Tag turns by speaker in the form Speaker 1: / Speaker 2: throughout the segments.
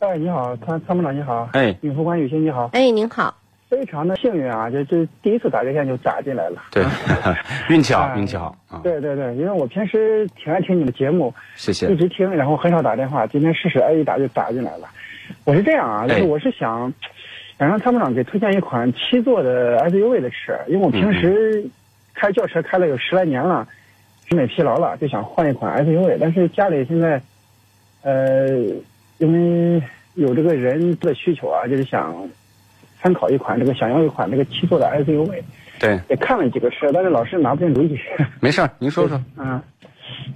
Speaker 1: 哎，你好，参参谋长你好，
Speaker 2: 哎
Speaker 1: 女副官雨欣你好，
Speaker 3: 哎，您好，
Speaker 1: 非常的幸运啊，这这第一次打对象就打进来了。
Speaker 2: 对，运气好，
Speaker 1: 哎
Speaker 2: 运气好啊，
Speaker 1: 对对对，因为我平时挺爱听你的节目，
Speaker 2: 谢谢
Speaker 1: 一。直听，然后很少打电话，今天试试，哎，一打就打进来了。我是这样啊，就
Speaker 2: 哎
Speaker 1: 是我是想，想让参谋长给推荐一款七座的 SUV 的车，因为我平时开轿车开了有十来年了，审美疲劳了，就想换一款 SUV，但是家里现在，呃，因为有这个人的需求啊，就是想参考一款这个想要一款这个七座的 SUV，
Speaker 2: 对，
Speaker 1: 也看了几个车，但是老是拿不定主意。
Speaker 2: 没事儿，您说说。
Speaker 1: 嗯，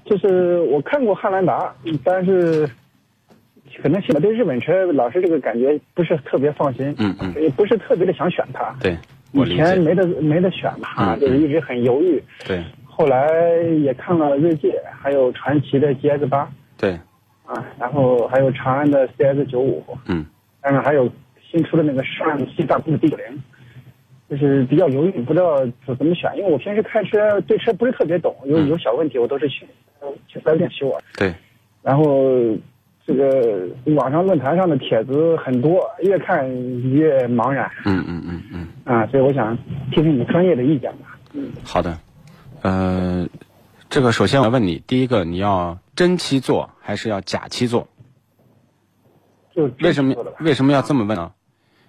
Speaker 1: 就是我看过汉兰达，但是可能现在对日本车老是这个感觉不是特别放心，
Speaker 2: 嗯嗯，
Speaker 1: 也不是特别的想选它。
Speaker 2: 对，我
Speaker 1: 以
Speaker 2: 理
Speaker 1: 前
Speaker 2: 解。
Speaker 1: 没得没得选它，
Speaker 2: 嗯
Speaker 1: 就是一直很犹豫。
Speaker 2: 对
Speaker 1: 后来也看了锐界，还有传祺的 GS 八
Speaker 2: 对，
Speaker 1: 啊，然后还有长安的 CS 九五，
Speaker 2: 嗯，
Speaker 1: 当然还有新出的那个上汽大众 D 九零，就是比较犹豫，不知道怎么选。因为我平时开车对车不是特别懂，有
Speaker 2: 嗯
Speaker 1: 有小问题我都是去去四 S 店修啊。
Speaker 2: 对
Speaker 1: 然后这个网上论坛上的帖子很多，越看越茫然
Speaker 2: 嗯嗯嗯嗯，
Speaker 1: 啊，所以我想听听你专业的意见吧。
Speaker 2: 好的。呃，这个首先我要问你，第一个你要真七座还是要假七座？
Speaker 1: 就
Speaker 2: 为什么
Speaker 1: 做的吧
Speaker 2: 为什么要这么问呢？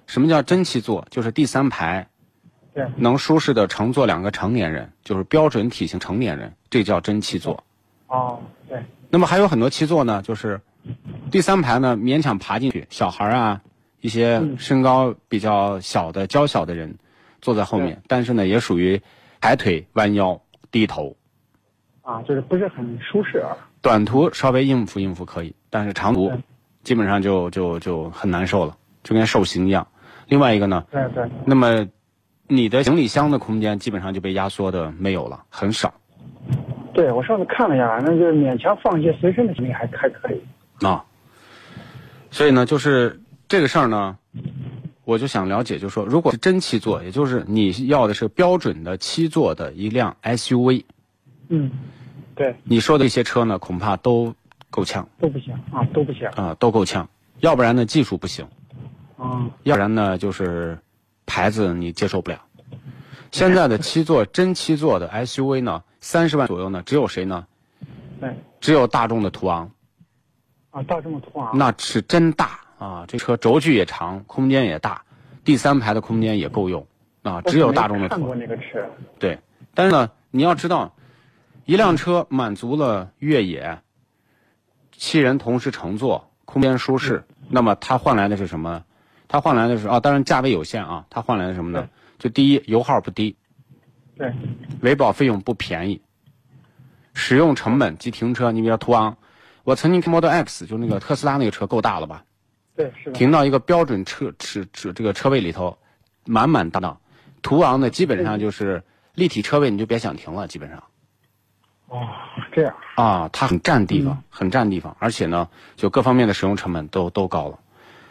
Speaker 2: 什么叫真七座？就是第三排
Speaker 1: 对
Speaker 2: 能舒适的乘坐两个成年人，就是标准体型成年人，这叫真七座。
Speaker 1: 哦，对，
Speaker 2: 那么还有很多七座呢，就是第三排呢勉强爬进去，小孩啊，一些身高比较小的娇小的人坐在后面，但是呢也属于抬腿弯腰低头，
Speaker 1: 啊，就是不是很舒适啊。
Speaker 2: 短途稍微应付应付可以，但是长途
Speaker 1: 嗯
Speaker 2: 基本上就就就很难受了，就跟受刑一样。另外一个呢，
Speaker 1: 对对
Speaker 2: 那么你的行李箱的空间基本上就被压缩的没有了，很少
Speaker 1: 对，我上次看了一下，那就是勉强放一些随身的行李还还可以。
Speaker 2: 啊。所以呢，就是这个事儿呢，我就想了解，就说如果是真七座，也就是你要的是标准的七座的一辆 SUV，
Speaker 1: 嗯，对，
Speaker 2: 你说的一些车呢，恐怕都够呛
Speaker 1: 都不行啊，都不行。
Speaker 2: 啊、都够呛。要不然呢，技术不行；
Speaker 1: 嗯，
Speaker 2: 要不然呢，就是牌子你接受不了。现在的七座真七座的 SUV 呢，三十万左右呢，只有谁呢？
Speaker 1: 对
Speaker 2: 只有大众的途昂。
Speaker 1: 啊，大众途昂
Speaker 2: 那是真大啊！这车轴距也长，空间也大，第三排的空间也够用啊！只有大众的
Speaker 1: 我没看过
Speaker 2: 车
Speaker 1: 那个车。
Speaker 2: 对。但是呢，你要知道，一辆车满足了越野，七人同时乘坐，空间舒适，
Speaker 1: 嗯
Speaker 2: 那么它换来的是什么？它换来的是啊，当然价位有限啊，它换来的是什么呢？就第一，油耗不低，
Speaker 1: 对，
Speaker 2: 维保费用不便宜，使用成本及停车，你比如说途昂，我曾经开 Model X，就那个特斯拉那个车够大了吧？
Speaker 1: 对，是的。
Speaker 2: 停到一个标准车车车这个车位里头，满满当当。途昂呢，基本上就是立体车位，你就别想停了，基本上
Speaker 1: 哦，这样。
Speaker 2: 啊，它很占地方，很占地方，而且呢，就各方面的使用成本都都高了。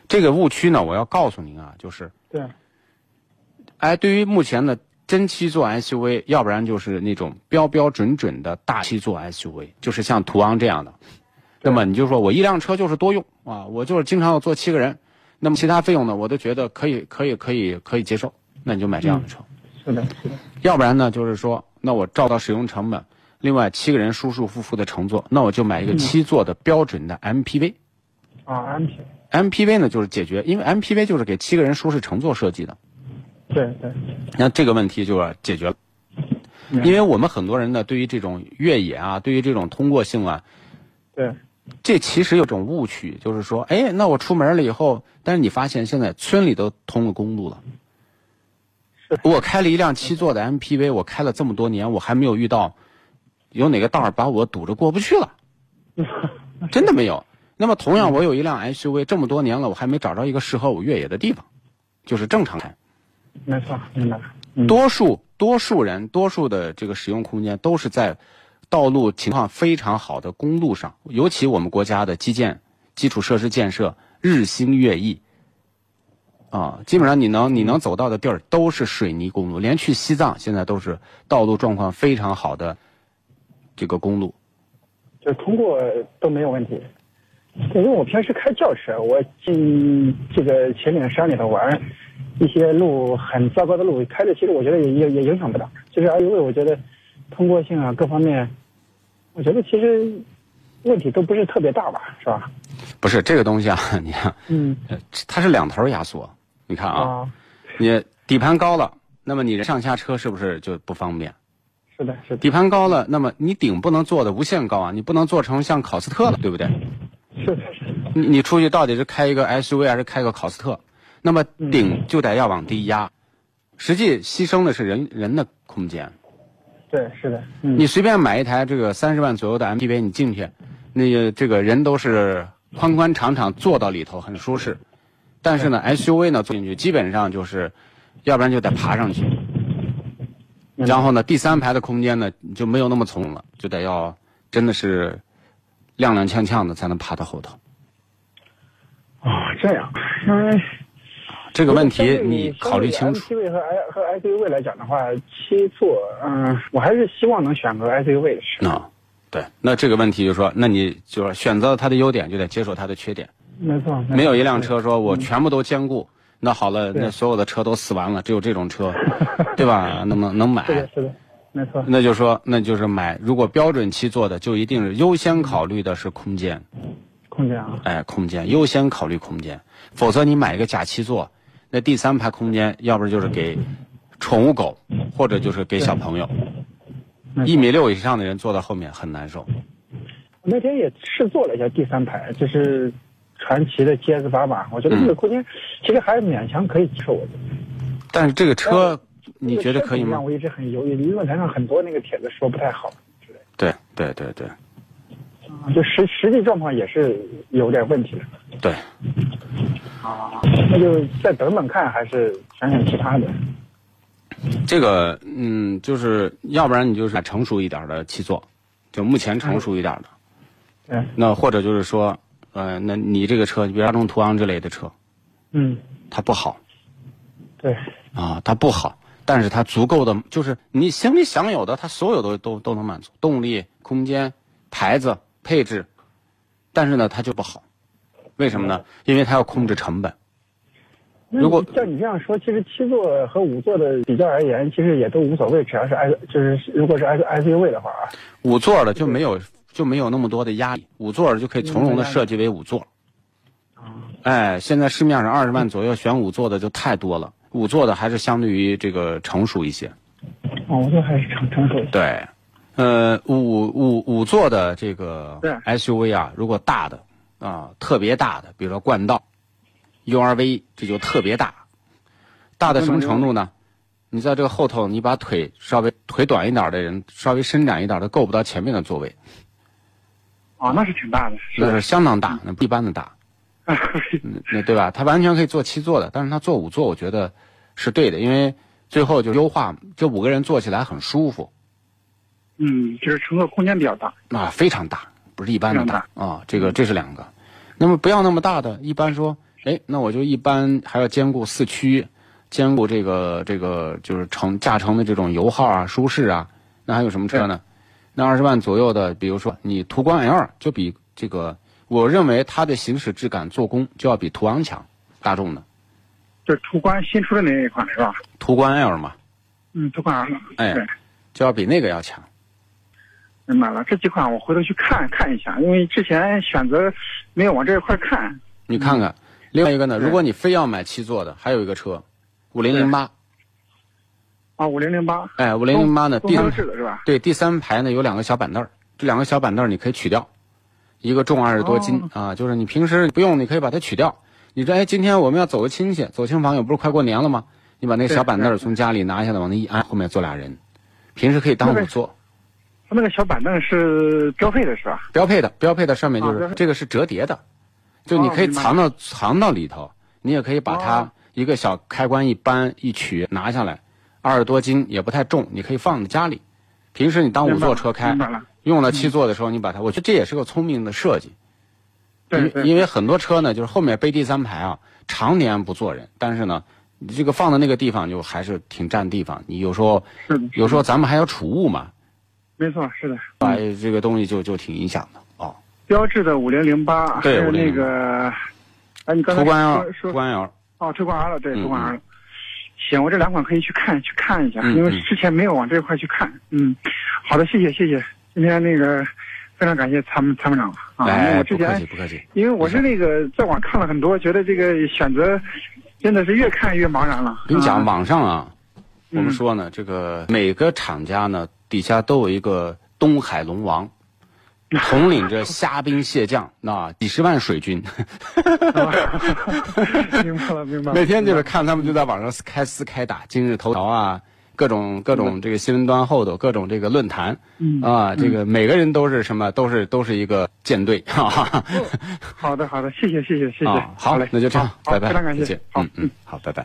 Speaker 2: 这个误区呢，我要告诉您啊，就是
Speaker 1: 对，
Speaker 2: 哎，对于目前的真七座 SUV，要不然就是那种标标准准的大七座 SUV，就是像途昂这样的。那么你就说我一辆车就是多用啊，我就是经常要坐七个人，那么其他费用呢，我都觉得可以可以可以可以接受，那你就买这样的车。
Speaker 1: 是的，是的。
Speaker 2: 要不然呢，就是说，那我照到使用成本，另外七个人舒舒服服的乘坐，那我就买一个七座的标准的 MPV。
Speaker 1: 啊，安平。
Speaker 2: MPV 呢，就是解决，因为 MPV 就是给七个人舒适乘坐设计的，
Speaker 1: 对对，
Speaker 2: 那这个问题就要解决了。因为我们很多人呢，对于这种越野啊，对于这种通过性啊，
Speaker 1: 对
Speaker 2: 这其实有种误区，就是说，哎，那我出门了以后，但是你发现现在村里都通了公路了。
Speaker 1: 是
Speaker 2: 我开了一辆七座的 MPV，我开了这么多年，我还没有遇到有哪个道儿把我堵着过不去了，真的没有。那么同样，我有一辆 SUV，这么多年了，我还没找着一个适合我越野的地方，就是正常开。
Speaker 1: 没错，明白了。嗯，
Speaker 2: 多数多数人多数的这个使用空间都是在道路情况非常好的公路上，尤其我们国家的基建基础设施建设日新月异，啊，基本上你能你能走到的地儿都是水泥公路，连去西藏现在都是道路状况非常好的这个公路。
Speaker 1: 就通过都没有问题。对，因为我平时开轿车，我进这个秦岭山里头玩，一些路很糟糕的路，开着其实我觉得也也也影响不大。就是 SUV，我觉得通过性啊各方面，我觉得其实问题都不是特别大吧，是吧？
Speaker 2: 不是这个东西啊， 你看，
Speaker 1: 嗯
Speaker 2: 呃它是两头压缩，你看啊，
Speaker 1: 啊，
Speaker 2: 你底盘高了，那么你上下车是不是就不方便？
Speaker 1: 是的，是的，
Speaker 2: 底盘高了，那么你顶不能做的无限高啊，你不能做成像考斯特了，对不对？
Speaker 1: 是的，是的，
Speaker 2: 你你出去到底是开一个 SUV 还是开个考斯特？那么顶就得要往低压，实际牺牲的是人人的空间。
Speaker 1: 对，是的，嗯，
Speaker 2: 你随便买一台这个三十万左右的 MPV，你进去，那个这个人都是宽宽敞敞坐到里头很舒适，但是呢 SUV 呢坐进去基本上就是，要不然就得爬上去，
Speaker 1: 明白
Speaker 2: 然后呢第三排的空间呢你就没有那么从容了，就得要真的是踉踉跄跄的才能爬到后头。
Speaker 1: 哦，这样，因为
Speaker 2: 嗯这个问题
Speaker 1: 相对于
Speaker 2: 你考虑清楚。
Speaker 1: 相对于 MPV 和 I 和 SUV 来讲的话，七座，嗯，我还是希望能选个 SUV 的车。
Speaker 2: 啊、对，那这个问题就说，那你就是选择了它的优点，就得接受它的缺点。
Speaker 1: 没错，没错
Speaker 2: 没有一辆车说我全部都兼顾。那好了，
Speaker 1: 嗯对
Speaker 2: 那所有的车都死完了，只有这种车， 对吧？能能能
Speaker 1: 是的
Speaker 2: 买，，
Speaker 1: 是的，没错，
Speaker 2: 那就说那就是买。如果标准七座的，就一定是优先考虑的是空间，
Speaker 1: 空间啊，
Speaker 2: 哎，空间优先考虑空间，否则你买一个假七座，那第三排空间要不然就是给
Speaker 1: 嗯
Speaker 2: 宠物狗，或者就是给小朋友，
Speaker 1: 没错
Speaker 2: 一米六以上的人坐到后面很难受。
Speaker 1: 我那天也试坐了一下第三排，就是传奇的 GS 八吧，我觉得这
Speaker 2: 嗯
Speaker 1: 个空间其实还勉强可以接受。我觉得
Speaker 2: 但是这个车你
Speaker 1: 呃这个
Speaker 2: 觉得
Speaker 1: 车
Speaker 2: 可以
Speaker 1: 型
Speaker 2: 吗
Speaker 1: 让？我一直很犹豫，论坛上很多那个帖子说不太好之类
Speaker 2: 对对对对
Speaker 1: 的，就实实际状况也是有点问题的。
Speaker 2: 对，
Speaker 1: 啊，那就再等等看，还是想想其他的。
Speaker 2: 这个，嗯，就是要不然你就是买成熟一点的七座，就目前成熟一点的。
Speaker 1: 对，
Speaker 2: 那或者就是说，呃，那你这个车，比如大众途昂之类的车，
Speaker 1: 嗯，
Speaker 2: 它不好
Speaker 1: 对，
Speaker 2: 啊，它不好，但是它足够的，就是你心里想有的，它所有都都都能满足，动力、空间、牌子、配置，但是呢，它就不好，为什么呢？因为它要控制成本。
Speaker 1: 那
Speaker 2: 如果
Speaker 1: 你像你这样说，其实七座和五座的比较而言，其实也都无所谓，只要是 S 就是如果是 S SUV 的话啊，
Speaker 2: 五座的就没有就没有那么多的压力，五座的就可以从容的设计为五座。哎，现在市面上二十万左右选五座的就太多了，五座的还是相对于这个成熟一些。
Speaker 1: 哦，我觉得还是成成熟一些。
Speaker 2: 对，呃，五五五座的这个
Speaker 1: 对
Speaker 2: SUV 啊，如果大的啊、特别大的，比如说冠道、URV，这就特别大，大到什么程度呢？你在这个后头，你把腿稍微腿短一点的人，稍微伸展一点的，够不到前面的座位。
Speaker 3: 啊
Speaker 1: 哦，那是挺大的，是
Speaker 2: 那
Speaker 1: 的
Speaker 2: 是相当大，那不一般的大， 嗯那对吧？它完全可以做七座的，但是它做五座，我觉得是对的，因为最后就优化，这五个人坐起来很舒服
Speaker 1: 嗯，就是乘客空间比较大。
Speaker 2: 啊，非常大，不是一般的
Speaker 1: 非常
Speaker 2: 大啊。这个这是两个，那么不要那么大的，一般说，哎，那我就一般还要兼顾四驱，兼顾这个这个就是乘驾乘的这种油耗啊、舒适啊，那还有什么车呢？那二十万左右的，比如说你途观 L 就比这个，我认为它的行驶质感、做工就要比途昂强，大众的
Speaker 3: 就是途观新出的那一款是吧？
Speaker 2: 途观 L 嘛，
Speaker 3: 嗯，途观 L，
Speaker 2: 哎
Speaker 3: 对，
Speaker 2: 就要比那个要强。
Speaker 3: 明白了。这几款我回头去看看一下，因为之前选择没有往这一块看。
Speaker 2: 你看看，另外一个呢，
Speaker 3: 对
Speaker 2: 如果你非要买七座的，还有一个车，五零零八，
Speaker 3: 啊，五零零八，
Speaker 2: 哎，五零零八呢，
Speaker 3: 东
Speaker 2: 第
Speaker 3: 风制的是吧？
Speaker 2: 对第三排呢有两个小板凳儿，这两个小板凳儿你可以取掉，一个重二十多斤、
Speaker 3: 哦
Speaker 2: 啊，就是你平时不用，你可以把它取掉。你说，哎，今天我们要走个亲戚，走亲访友，不是快过年了吗？你把那个
Speaker 3: 对
Speaker 2: 小板凳儿
Speaker 3: 对
Speaker 2: 从家里拿下来，往那一安，后面坐俩人，平时可以当
Speaker 3: 那
Speaker 2: 五
Speaker 3: 个
Speaker 2: 座。
Speaker 3: 它那个小板凳是标配的是吧？
Speaker 2: 标配的，标配的上面就
Speaker 3: 啊
Speaker 2: 是、
Speaker 3: 标配哦
Speaker 2: 这个是折叠的，就你可以
Speaker 3: 明白
Speaker 2: 藏到、藏到里头，你也可以把它
Speaker 3: 哦
Speaker 2: 一个小开关一扳一取拿下来，二十多斤也不太重，你可以放在家里。平时你当五
Speaker 3: 明白
Speaker 2: 座车开
Speaker 3: 明，白了。
Speaker 2: 用了七座的时候你把它，我觉得这也是个聪明的设计，
Speaker 3: 对
Speaker 2: 因为
Speaker 3: 嗯对，
Speaker 2: 因为很多车呢就是后面背第三排啊，常年不坐人，但是呢。你这个放的那个地方就还是挺占地方，你有时候
Speaker 3: 是的，嗯
Speaker 2: 有时候咱们还要储物嘛，
Speaker 3: 没错，是的。
Speaker 2: 把这个东西就就挺影响的哦。
Speaker 3: 标志的五零零八，还
Speaker 2: 对
Speaker 3: 有那
Speaker 2: 5008
Speaker 3: 个，哎，你刚才
Speaker 2: 途观 L，
Speaker 3: 说
Speaker 2: 途
Speaker 3: 说
Speaker 2: 观 L，
Speaker 3: 哦，途观 L，对，
Speaker 2: 嗯
Speaker 3: 途观 L。行，我这两款可以去看去看一下，
Speaker 2: 嗯
Speaker 3: 因为
Speaker 2: 嗯
Speaker 3: 之前没有往这块去看。嗯，好的，谢谢谢谢，今天那个非常感谢参谋参谋长啊，因为
Speaker 2: 哎，
Speaker 3: 我之
Speaker 2: 不客
Speaker 3: 前
Speaker 2: 气，不客气。
Speaker 3: 因为我是那个在网看了很多，觉得这个选择真的是越看越茫然了。
Speaker 2: 跟你讲，
Speaker 3: 吧，
Speaker 2: 网上啊，我们
Speaker 3: 嗯
Speaker 2: 说呢，这个每个厂家呢底下都有一个东海龙 王，统领着虾兵蟹将，那几十万水军，
Speaker 3: 明白了明白了。
Speaker 2: 每天就是看他们就在网上撕开撕开打，今日头条啊。各种各种这个新闻端后头，各种这个论坛，
Speaker 3: 嗯
Speaker 2: 啊，这个每个人都是什么，都是都是一个舰队，哈哈。
Speaker 3: 好的好的，谢谢谢哦谢谢谢
Speaker 2: 啊，，好
Speaker 3: 嘞，
Speaker 2: 那就这样
Speaker 3: 好，好
Speaker 2: 拜拜，
Speaker 3: 非常感
Speaker 2: 再
Speaker 3: 谢
Speaker 2: 见，
Speaker 3: 好
Speaker 2: 嗯嗯，好，拜拜。